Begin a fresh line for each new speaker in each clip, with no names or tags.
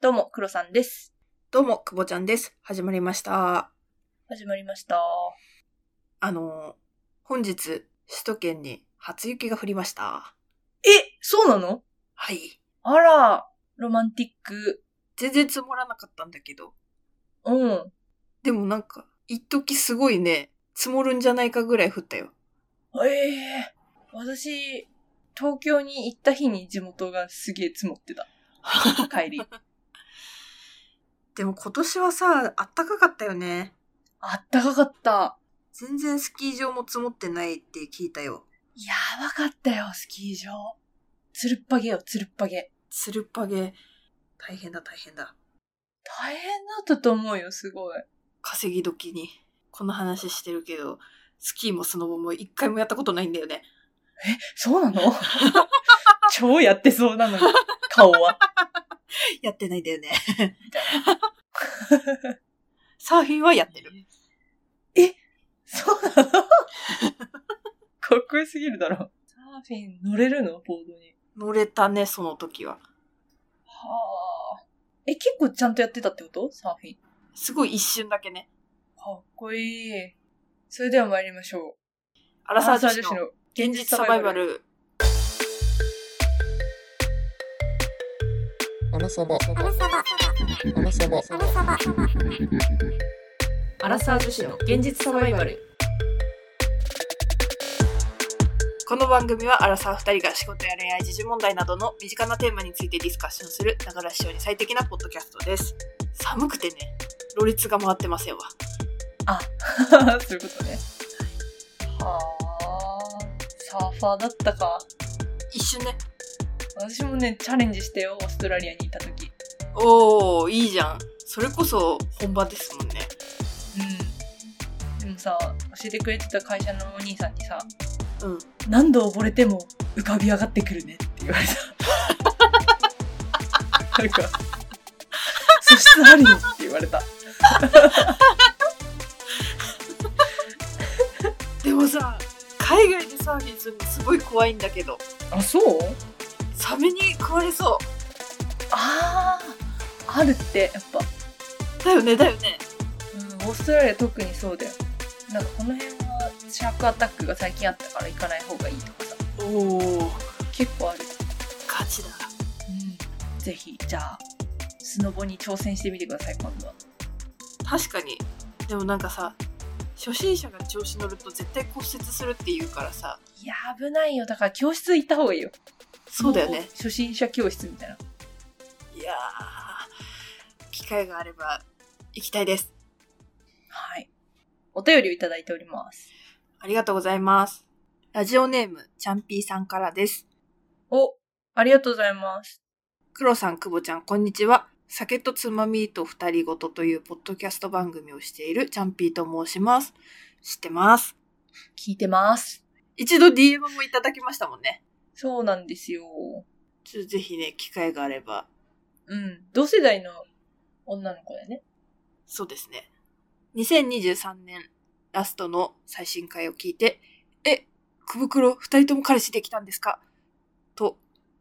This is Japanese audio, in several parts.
どうも、黒さんです。
どうも、くぼちゃんです。始まりました。
始まりました。
あの、本日、首都圏に初雪が降りました。
え、そうなの
はい。
あら、ロマンティック。
全然積もらなかったんだけど。
うん。
でもなんか、一時すごいね、積もるんじゃないかぐらい降ったよ。
ええ私、東京に行った日に地元がすげえ積もって た。帰り。
でも今年はさ、あったかかったよね。
あったかかった。
全然スキー場も積もってないって聞いたよ。
やばかったよ、スキー場。つるっぱげよ、つるっぱげ。
つるっぱげ。大変だ大変だ。
大変だったと思うよ、すごい。
稼ぎ時に。この話してるけど、スキーもスノボも一回もやったことないんだよね。
そうなの 超やってそうなのに、顔 は。
やってないんだよね。
みたいな。
サーフィンはやってる。
そうなのかっこよすぎるだろ。サーフィン乗れるのボードに。
乗れたね、その時は。
はあ。え、結構ちゃんとやってたってことサーフィン。
すごい一瞬だけね。
かっこいい。それでは参りましょう。
ア
ア
ラサー
ラサー
女
女
子
子
の
の
現実サバイバ。ル。
アラサバ。アラサバ。アラサバ。
アラサー女子の現実サバイバル。この番組はアラサー2人が仕事や恋愛、時事問題などの身近なテーマについてディスカッションするながら視聴に最適なポッドキャストです。寒くてね、ろれつが回ってませんわ。
あ、 そういうことね。はあ。サーファーだったか。
一瞬ね。
私もね、チャレンジしてよ、オーストラリアにいた時
おー、いいじゃん。それこそ本場ですもんね。
うん。でもさ、教えてくれてた会社のお兄さんにさ、
うん。
何度溺れても浮かび上がってくるねって言 われた。なんか、素質あるよって言われた。
でもさ、海外でサーフィンするのすごい怖いんだけど、
あ、そう
サメに食われそう。
ああ、あるって、やっぱ、
だよねだよね
うん、オーストラリア特にそうだよ。なんかこの辺は、シャークアタックが最近あったから行かない方がいいとかさ、
おお
結構ある。
ガチだ
うん。ぜひ、じゃあ、スノボに挑戦してみてください、今度は。
確かにでもなんかさ初心者が調子乗ると絶対骨折するって言うからさ
いや、危ないよ。だから教室行った方がいいよ。
そうだよね。
初心者教室みたいな。
いやー機会があれば行きたいです
はい。お便りをいただいております。
ありがとうございますラジオネームちゃんぴーさんからです
お、ありがとうございます。
黒さんくぼちゃんこんにちは酒とつまみと二人ごとというポッドキャスト番組をしているちゃんぴーと申します知ってます
聞いてます。
一度 DM もいただきましたもんね
そうなんですよ。
ちょっとぜひね機会があれば
うん。同世代の女の子だよね。
そうですね。2023年ラストの最新回を聞いて、え、くぶくろ二人とも彼氏できたんですかと、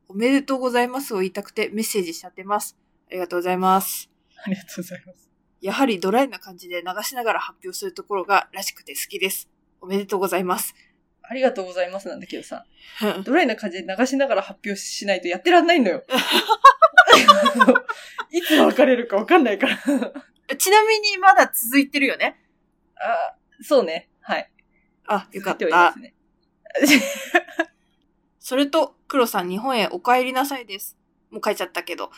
おめでとうございますを言いたくてメッセージしちゃってます。ありがとうございます。
ありがとうございます。
やはりドライな感じで流しながら発表するところがらしくて好きです。おめでとうござい ます。
ありがとうございますなんだけどさ、ドライな感じで流しながら発表しないとやってらんない のよ。いつ別れるかわかんないから。
ちなみにまだ続いてるよね。
あ、そうね。はい。
あ、よかっ
続いておりま
た
す。ね。
それと、黒さん日本へお帰りなさいです。もう書いちゃったけど、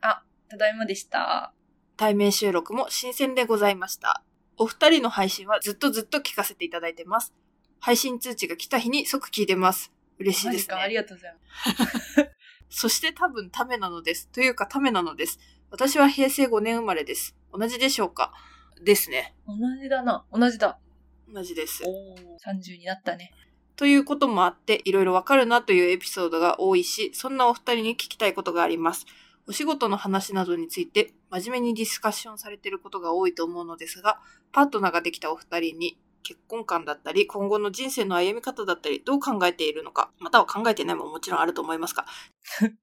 ただいまでした。
対面収録も新鮮でございました。お二人の配信はずっとずっと聞かせていただいてます。配信通知が来た日に即聞いてます。嬉しい
マ
で
ジ
す
か、あり
ね。
がとうございます。
そして多分ためなのです。というかためなのです。私は平成5年生まれです。同じでしょうかですね。
同じだな。同じだ。
同じです。
おー。30になったね。
ということもあって、いろいろわかるなというエピソードが多いし、そんなお二人に聞きたいことがあります。お仕事の話などについて、真面目にディスカッションされていることが多いと思うのですが、パートナーができたお二人に、結婚観だったり、今後の人生の歩み方だったり、どう考えているのか、または考えていないももちろんあると思いますが、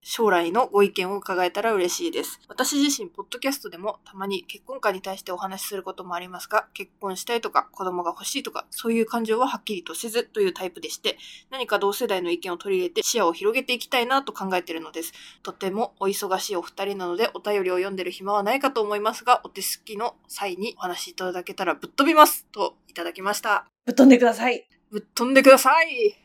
将来のご意見を伺えたら嬉しいです。私自身、ポッドキャストでもたまに結婚観に対してお話しすることもありますが、結婚したいとか、子供が欲しいとか、そういう感情ははっきりとせずというタイプでして、何か同世代の意見を取り入れて視野を広げていきたいなと考えているのです。とてもお忙しいお二人なので、お便りを読んでる暇はないかと思いますが、お手すきの際にお話しいただけたらぶっ飛びますといただきました。
ぶっ飛んでください。い
ぶっ飛んでください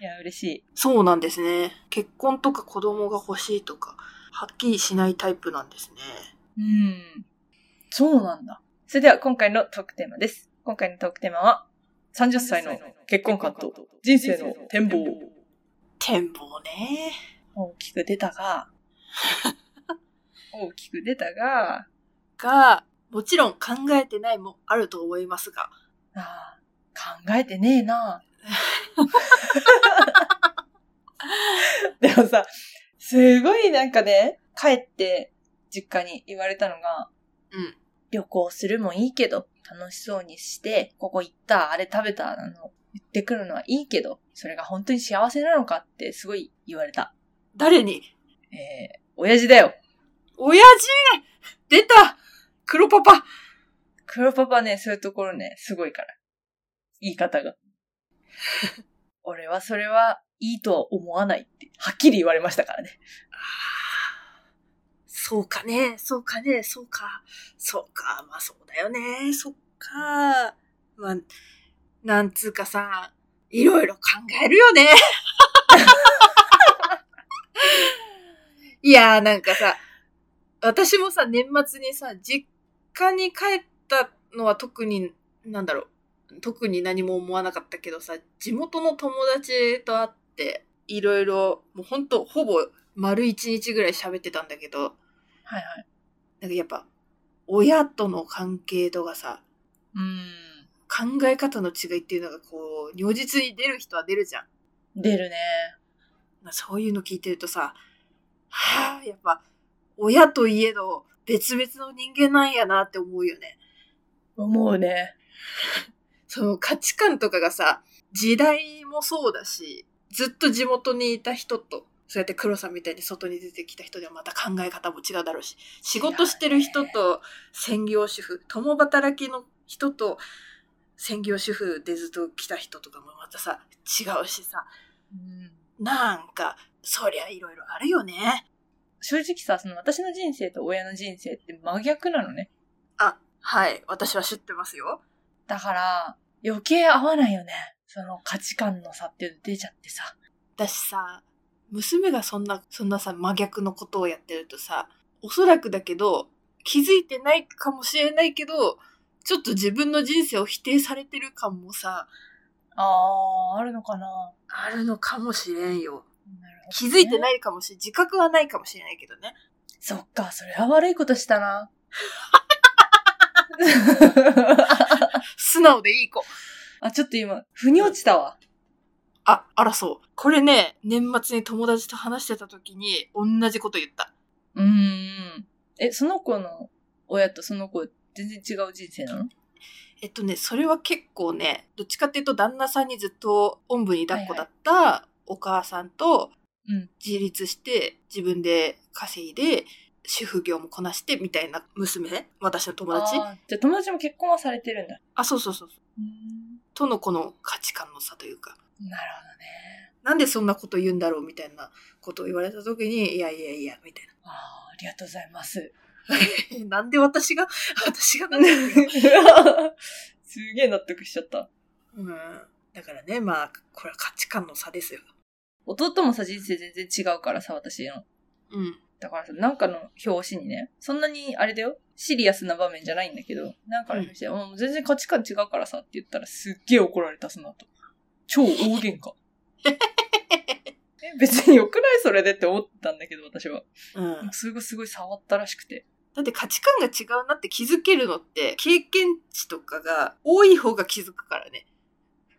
や、嬉しい。
そうなんですね。結婚とか子供が欲しいとか、はっきりしないタイプなんですね。
うん。そうなんだ。それでは今回のトークテーマです。今回のトークテーマは、30歳の結婚観と人生の展望。
展望ね。
大きく出た が、大きく出たが、
が、もちろん考えてないもあると思いますが。
ああ考えてねえな。 でもさ、すごいなんかね、帰って実家に言われたのが、
うん。
旅行するもいいけど、楽しそうにして、ここ行った、あれ食べた、あの、言ってくるのはいいけど、それが本当に幸せなのかってすごい言われた。
誰に
えー、親父だよ。
親父出た黒パパ
黒パパね、そういうところね、すごいから。言い方 が。俺はそれはいいとは思わないって、はっきり言われましたからね。
そうかね、そうかね、そうか。そうか、まあそうだよね、そっか。まあ、なんつうかさ、いろいろ考えるよね。 いやーなんかさ、私もさ、年末にさ、実家に帰ったのは特に、なんだろう、特に何も思わなかったけどさ、地元の友達と会って、いろいろ、もうほんと、ほぼ丸一日ぐらい喋ってたんだけど、
はいはい。
なんかやっぱ、親との関係とかさ、
う
考え方の違いっていうのがこう、如実に出る人は出るじゃん。
ーん。出るね。
そういうの聞いてるとさ、はあ、やっぱ、親といえど、別々の人間なんやなって思うよね。
思うね。
その価値観とかがさ、時代もそうだし、ずっと地元にいた人と、そうやって黒さんみたいに外に出てきた人ではまた考え方も違うだろうし、仕事してる人と専業主婦、共働きの人と専業主婦でずっと来た人とかもまたさ、違うしさ、
うん、
なんか、そりゃいろいろあるよね。
正直さ、その私の人生と親の人生って真逆なのね。
あ、はい、私は知ってますよ。
だから、余計合わないよね。その価値観の差っていうの出ちゃってさ。
だしさ娘がそんなそんなさ真逆のことをやってるとさおそらくだけど気づいてないかもしれないけどちょっと自分の人生を否定されてる感もさ
あー、あるのかな
あるのかもしれんよ
なるほどね
気づいてないかもしれん自覚はないかもしれないけどね
そっか、それは悪いことしたな。
素直でいい子
あ、ちょっと今、腑に落ちたわ。
ああらそうこれね年末に友達と話してた時に同じこと言った
うーん。え、その子の親とその子、全然違う人生なの
えっとね、それは結構ね、どっちかっていうと旦那さんにずっとおんぶに抱っこだったお母さんと
うん
自立して自分で稼いで主婦業もこなしてみたいな娘、私の友達。あ
あーじゃあ友達も結婚はされてるんだ。
そうそうそう。
うーん。
とのこの価値観の差というか、
なるほどね。
なんでそんなこと言うんだろうみたいなことを言われた時に、いやいやいや、みたい
ああ、ありがとうございます。
な。 なんで私が、私がなん だろう
すげえ納得しちゃった。
うん。だからね、まあ、これは価値観の差ですよ。
弟もさ、人生全然違うからさ、私の。
うん。
だからさ、なんかの表紙にね、そんなにあれだよ、シリアスな場面じゃないんだけど、なんかの表紙で、もう全然価値観違うからさって言ったらすっげえ怒られた、その後。超大喧 嘩。え別に良くないそれでって思ったんだけど、私は。
うん。
それがすごい触ったらしくて。
だって価値観が違うなって気づけるのって経験値とかが多い方が気づくからね。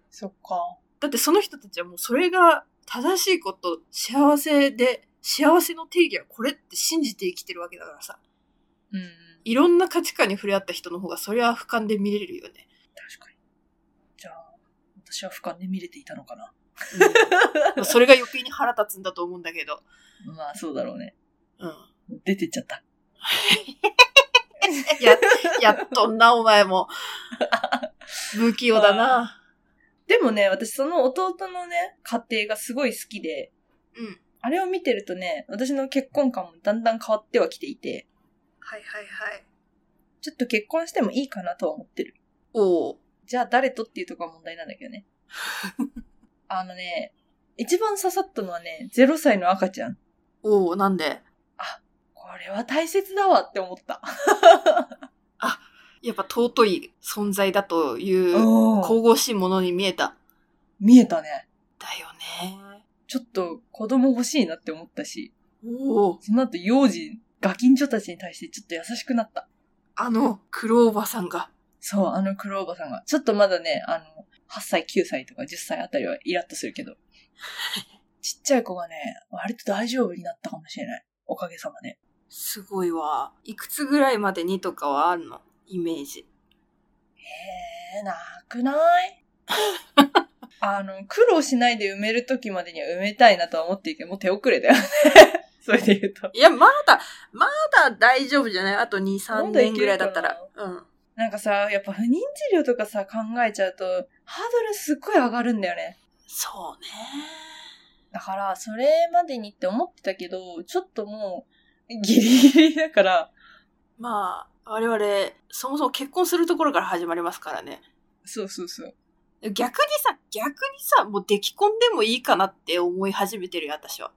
そっか。
だってその人たちはもうそれが正しいこと、幸せで、幸せの定義はこれって信じて生きてるわけだからさ。
うん。
いろんな価値観に触れ合った人の方がそれは俯瞰で見れるよね。
確かに。じゃあ、私は俯瞰で見れていたのかな。
うん それが余計に腹立つんだと思うんだけど。
まあ、そうだろうね。
うん。
出てっちゃった。
や、やっとんな、お前 も。不器用だな。
でもね、私その弟のね、家庭がすごい好きで、
うん。
あれを見てるとね、私の結婚観もだんだん変わってはきていて、
はいはいはい。
ちょっと結婚してもいいかなとは思ってる。
おお。
じゃあ誰とっていうとこが問題なんだけどね。あのね、一番刺さったのはね、0歳の赤ちゃん。
おお、なんで
これは大切だわって思った。
やっぱ尊い存在だという、
こ
神々しいものに見えた。
う見えたね。
だよね。
ちょっと子供欲しいなって思ったし、
おお。
その後幼児、ガキンチョたちに対してちょっと優しくなった。
あの、黒おばさんが。
そう、あの黒おばさんが。ちょっとまだね、あの、8歳、9歳とか10歳あたりはイラッとするけ ど。ちっちゃい子がね、割と大丈夫になったかもしれない。おかげさまで。
すごいわ。いくつぐらいまでにとかはあるのイメージ。
えー、なくない あの、苦労しないで埋める時までには埋めたいなとは思っていいけど、もう手遅れだよね。 それで言うと。
いや、まだ、まだ大丈夫じゃないあと2、3
まだい
年
け
ぐ
る
ら
かない
だったら。うん。
なんかさ、やっぱ不妊治療とかさ、考えちゃうと、ハードルすっごい上がるんだよね。
そうね。
だから、それまでにって思ってたけど、ちょっともう、ギリギリだから、
まあ、我々、そもそも結婚するところから始まりますからね。
そうそうそう。
逆にさ、逆にさ、もう出来込んでもいいかなって思い始めてるよ、私は。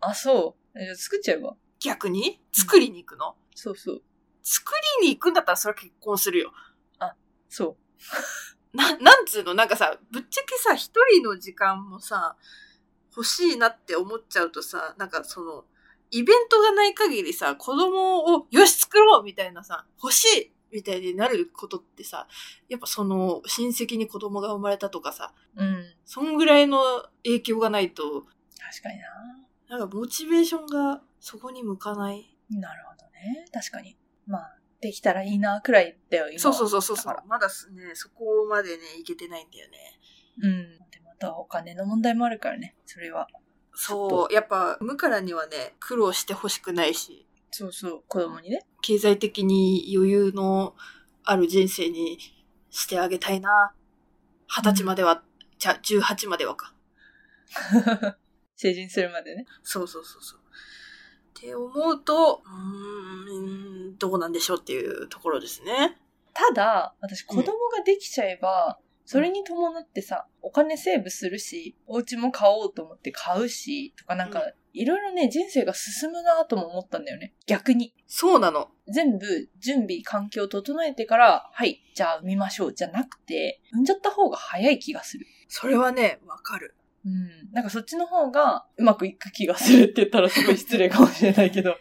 あ、そう。じゃあ作っちゃえば。
逆に作りに行くの、
そうそう。
作りに行くんだったらそれは結婚するよ。
そう。
な、なんつうのなんかさ、ぶっちゃけさ、一人の時間もさ、欲しいなって思っちゃうとさ、なんかその、イベントがない限りさ、子供を、よし、作ろうみたいなさ、欲しいみたいになることってさ、やっぱその、親戚に子供が生まれたとかさ、
うん。
そんぐらいの影響がないと、
確かにな。
なんかモチベーションがそこに向かない。
なるほどね。確かに。まあ、できたらいいな、くらいだよ、今は。
そうそうそうそうそ
だ
う
から。
まだすね、そこまでね、いけてないんだよね。
うん。で、またお金の問題もあるからね、それは。ちょ
そう、やっぱ、無からにはね、苦労してほしくないし、
そうそう、子供にね。
経済的に余裕のある人生にしてあげたいな。二十歳までは、じゃあ、十八まではか。
成人するまでね。
そうそうそうそう。って思うと、うーん、どうなんでしょうっていうところですね。
ただ、私、子供ができちゃえば、それに伴ってさ、お金セーブするし、お家も買おうと思って買うし、とかなんか、
う
いろいろね、人生が進むなとも思ったんだよね。逆に。
そうなの。
全部、準備、環境を整えてから、はい、じゃあ産みましょう、じゃなくて、産んじゃった方が早い気がする。
それはね、わかる。
うん。なんかそっちの方がうまくいく気がするって言ったらすごい失礼かもしれないけど。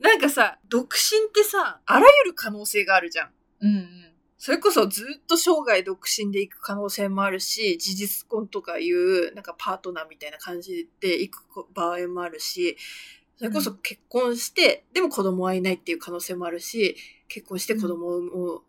なんかさ、独身ってさ、あらゆる可能性があるじゃん。
うんうん。
それこそずっと生涯独身で行く可能性もあるし、事実婚とかいう、なんかパートナーみたいな感じで行く場合もあるし、それこそ結婚して、でも子供はいないっていう可能性もあるし、結婚して子供を、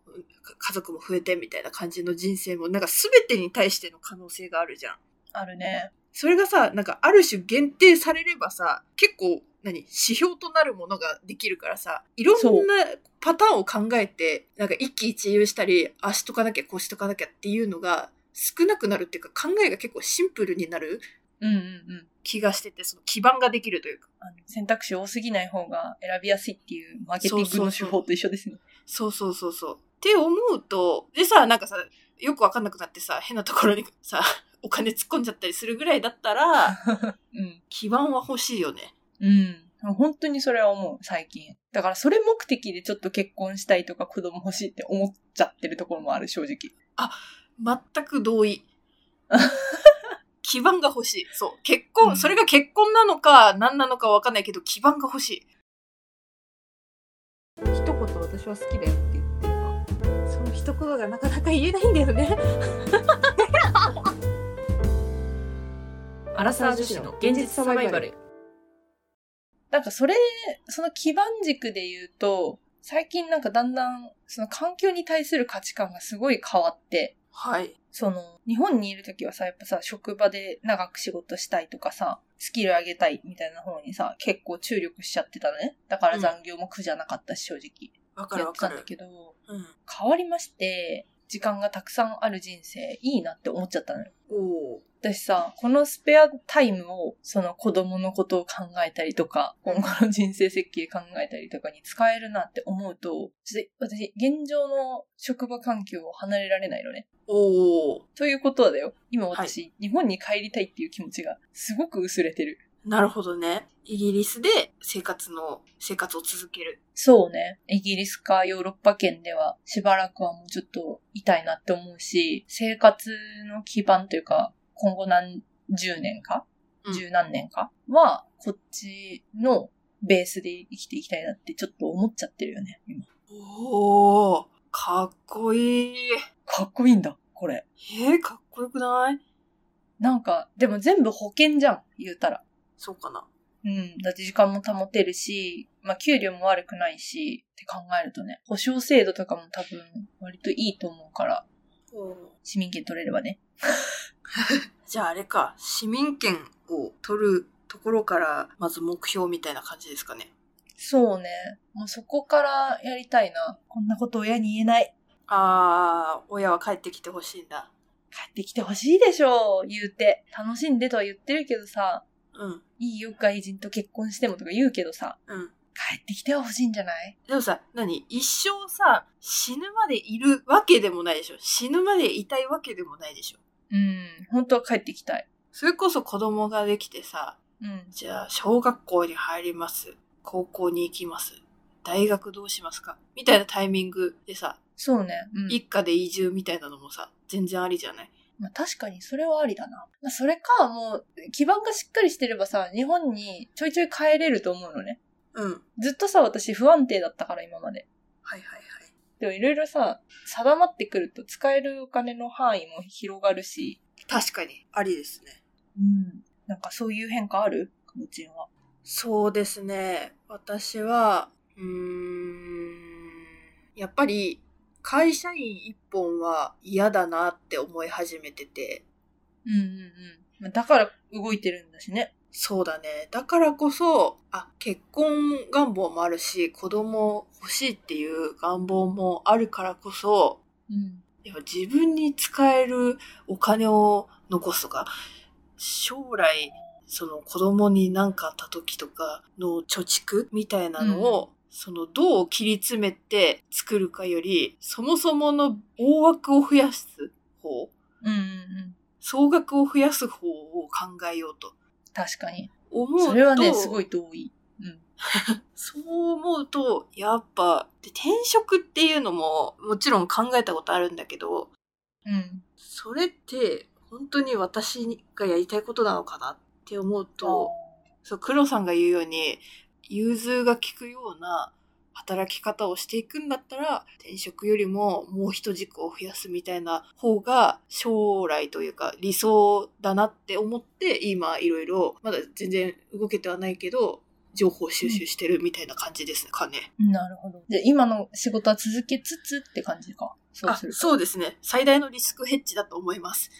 か家族も増えてみたいな感じの人生も、なんか全てに対しての可能性があるじゃん。
あるね。
それがさ、なんかある種限定されればさ、結構、何指標となるものができるからさ、いろ
そうん
なパターンを考えて、なんか一喜一憂したり、足とかなきゃ腰とかなきゃっていうのが少なくなるっていうか、考えが結構シンプルになる
うんうんうん。
気がしてて、その基盤ができるというか。
あの選択肢多すぎない方が選びやすいっていうマーケティングの手法と一緒ですね。
そうそうそうそう。って思うと、でさ、なんかさ、よくわかんなくなってさ、変なところにさ、お金突っ込んじゃったりするぐらいだった ら、
うん。
基盤は欲しいよね。
うん。本当にそれは思う、最近。だからそれ目的でちょっと結婚したいとか子供欲しいって思っちゃってるところもある、正直。
全く同意。基盤が欲しい。そう。結婚、
うん
それが結婚なのか何なのかわかんないけど、基盤が欲しい。
一言私は好きだよって言ってるか
その一言がなかなか言えないんだよね。
アラサー女子の現実サバイバル
なんかそれ、その基盤軸で言うと、最近なんかだんだんその環境に対する価値観がすごい変わって、
はい。
その、日本にいるときはさ、やっぱさ、職場で長く仕事したいとかさ、スキル上げたいみたいな方にさ、結構注力しちゃってたのね。だから残業も苦じゃなかったし、正直。
わかる
やっ
わ
てた
か
んだ
る。
けど、
うん。
変わりまして、時間がたくさんある人生、いいなって思っちゃったのよ。
おー
私さ、このスペアタイムを、その子供のことを考えたりとか、今後の人生設計考えたりとかに使えるなって思うと、ちょっと私、現状の職場環境を離れられないのね。
おー
ということはだよ。今私、日本に帰りたいっていう気持ちがすごく薄れてる。
なるほどね。イギリスで生活の、生活を続ける。
そうね。イギリスかヨーロッパ圏ではしばらくはもうちょっといたいなって思うし、生活の基盤というか、今後何十年か、
うん
十何年かは、こっちのベースで生きていきたいなってちょっと思っちゃってるよね、今。
おーかっこいい。
かっこいいんだ、これ。
えー、かっこよくない
なんか、でも全部保険じゃん、言うたら。
そうかな。
うん。だって時間も保てるし、まあ給料も悪くないし、って考えるとね、保障制度とかも多分割といいと思うから、
おー
市民権取れればね。
じゃああれか、市民権を取るところから、まず目標みたいな感じですかね。
そうね。もうそこからやりたいな。こんなこと親に言えない。
あー、親は帰ってきてほしいんだ。
帰ってきてほしいでしょう、言うて。楽しんでとは言ってるけどさ、
うん、
いいよ、外人と結婚してもとか言うけどさ、
うん。
帰ってきてはほしいんじゃない
でもさ、何一生さ、死ぬまでいるわけでもないでしょ。死ぬまでいたいわけでもないでしょ。
うん。本当は帰ってきたい。
それこそ子供ができてさ、
うん。
じゃあ、小学校に入ります。高校に行きます。大学どうしますかみたいなタイミングでさ、
そうね。うん。
一家で移住みたいなのもさ、全然ありじゃない
まあ確かにそれはありだな。まあそれか、もう、基盤がしっかりしてればさ、日本にちょいちょい帰れると思うのね。
うん。はい
ずっとさ、私不安定だったから今まで。
はいはい。
でもいろいろさ、定まってくると使えるお金の範囲も広がるし。
確かに、ありですね。
うん。なんかそういう変化あるかぼちんは。
そうですね。私は、うーん、やっぱり、会社員一本は嫌だなって思い始めてて、
うんうんうんまあ。だから動いてるんだしね。
そうだね。だからこそ、あ、結婚願望もあるし、子供欲しいっていう願望もあるからこそ、
うん。
やっぱ自分に使えるお金を残すとか、将来、その子供に何かあった時とかの貯蓄みたいなのを、そのどう切り詰めて作るかより、そもそもの大枠を増やす方、
うんうんうん。
総額を増やす方を考えようと
確かに。
思うと。
それはね、すごい同意。うん。
そう思うと、やっぱ、で転職っていうのももちろん考えたことあるんだけど、
うん。
それって本当に私がやりたいことなのかなって思うと、そう、黒さんが言うように、融通が効くような働き方をしていくんだったら、転職よりももう一軸を増やすみたいな方が将来というか理想だなって思って、今いろいろ、まだ全然動けてはないけど、情報収集してるみたいな感じですかね。
なるほど。で、今の仕事は続けつつって感じか。そう
あ
する、と。
そうですね。最大のリスクヘッジだと思い ます。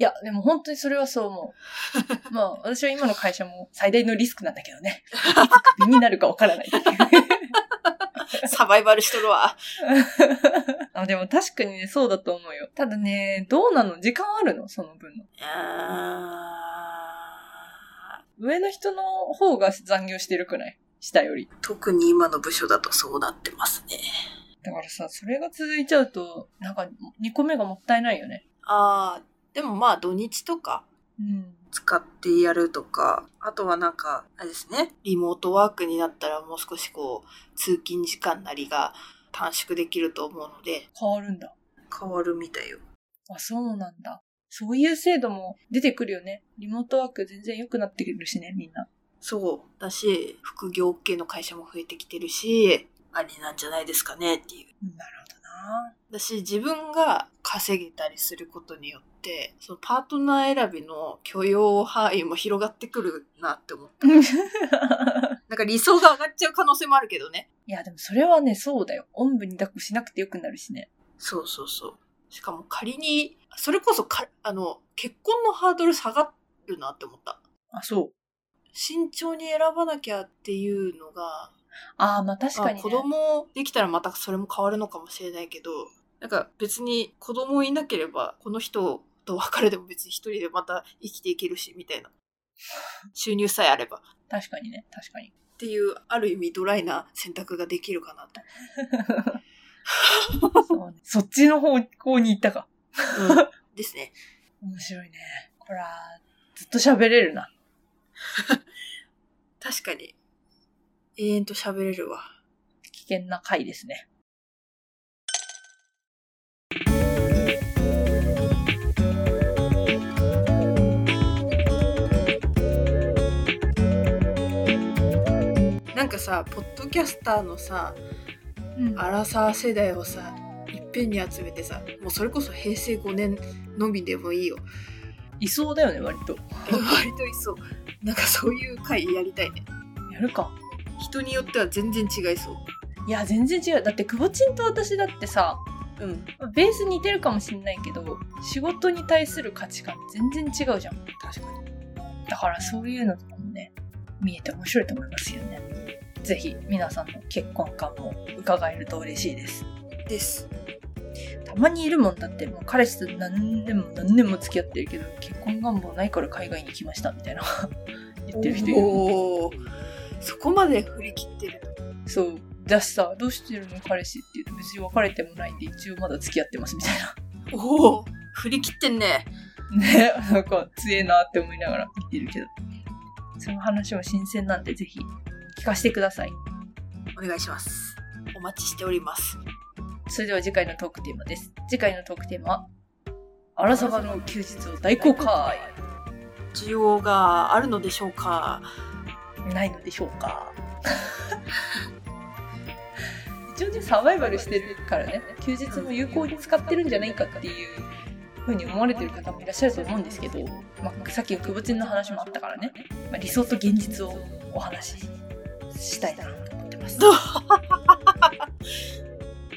いや、でも本当にそれはそう思う。 まあ、私は今の会社も最大のリスクなんだけどね。いつクビになるかわからないっていう
サバイバルしとるわ。
あ。でも確かにね、そうだと思うよ。ただね、どうなの時間あるのその分の。
あ
上の人の方が残業してるくない下より
ー。特に今の部署だとそうなってますね。
だからさ、それが続いちゃうと、なんか2個目がもったいないよね。
ああ、でもまあ土日とか
うん。
使ってやるとか、あとはなんか、あれですね、リモートワークになったらもう少しこう、通勤時間なりが短縮できると思うので、
変わるんだ。
変わるみたいよ。
あ、そうなんだ。そういう制度も出てくるよね。リモートワーク全然良くなってくるしね、みんな。
そう。だし、副業系の会社も増えてきてるし、ありなんじゃないですかねっていう。
なるほどな。
だし自分が稼げたりすることによってそのパートナー選びの許容範囲も広がってくるなって思っ たなんか理想が上がっちゃう可能性もあるけどね
いや、でもそれはね、そうだよ。おんぶに抱っこしなくてよくなるしね。
そうそうそうしかも仮に、それこそか、あの、結婚のハードル下がるなって思った。
あ、そう。
慎重に選ばなきゃっていうのが、
ああ、まあ確かに、
あ
ね。
子供できたらまたそれも変わるのかもしれないけど、なんか別に子供いなければ、この人と別れても別に一人でまた生きていけるし、みたいな。収入さえあれば。っ
確かにね。確かに。
ていう、ある意味ドライな選択ができるかなと。
そうねそっちの方向に行ったか。
うん、 ですね。
面白いね。こら、ずっと喋れるな。
確かに。永遠と喋れるわ。
危険な回ですね。
なんかさ、ポッドキャスターのさ、
うん
アラサー世代をさいっぺんに集めてさもうそれこそ平成5年のみでもいいよ
いそうだよね、割と。
割といそうなんかそういう回やりたいね
やるか。
人によっては全然違いそう
いや、全然違う。だって、くぼちんと私だってさ、
うん
ベース似てるかもしんないけど、仕事に対する価値観全然違うじゃん。
確かに
だから、そういうのとかもね、見えて面白いと思いますよね。ぜひ、皆さんの結婚観も伺えると嬉しいです。
です
たまにいるもんだって、もう彼氏と何年も何年も付き合ってるけど、結婚願望ないから海外に来ましたみたいな 言ってる人いる。
おおそこまで振り切ってる
そう。だしさ、どうしてるの彼氏って言うと別に別れてもないんで一応まだ付き合ってますみたいな。
おお振り切ってんね
ね、なんか強えなって思いながら見てるけど。その話も新鮮なんでぜひ聞かせてください。
お願いしますお待ちしております
それでは次回のトークテーマです。次回のトークテーマは、アラサバの休日を大公開
需要があるのでしょうか
ないのでしょうか 一応ね、サバイバルしてるからね、休日も有効に使ってるんじゃないかっていうふうに思われてる方もいらっしゃると思うんですけど、まあ、さっきのくぼちんの話もあったからね、まあ、理想と現実をお話ししたいなと思ってます。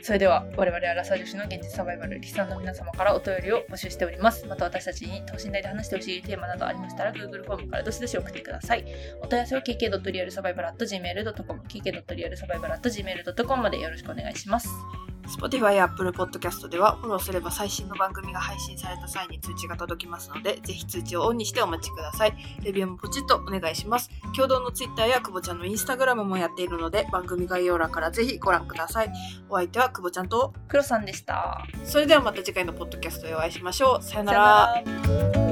それでは我々アラサー女子の現実サバイバルリスナーの皆様からお便りを募集しておりますまた私たちに等身大で話してほしいテーマなどありましたら Google フォームからどしどし送ってくださいお問い合わせは kk.realsurvival.gmail.com kk.realsurvival.gmail.com までよろしくお願いします
Spotify や Apple Podcast ではフォローすれば最新の番組が配信された際に通知が届きますのでぜひ通知をオンにしてお待ちくださいレビューもポチッとお願いします共同の Twitter やくぼちゃんの Instagram もやっているので番組概要欄からぜひご覧くださいお相手はくぼちゃんと
黒さんでした
それではまた次回のポッドキャストでお会いしましょうさよな
さよ
ら
なら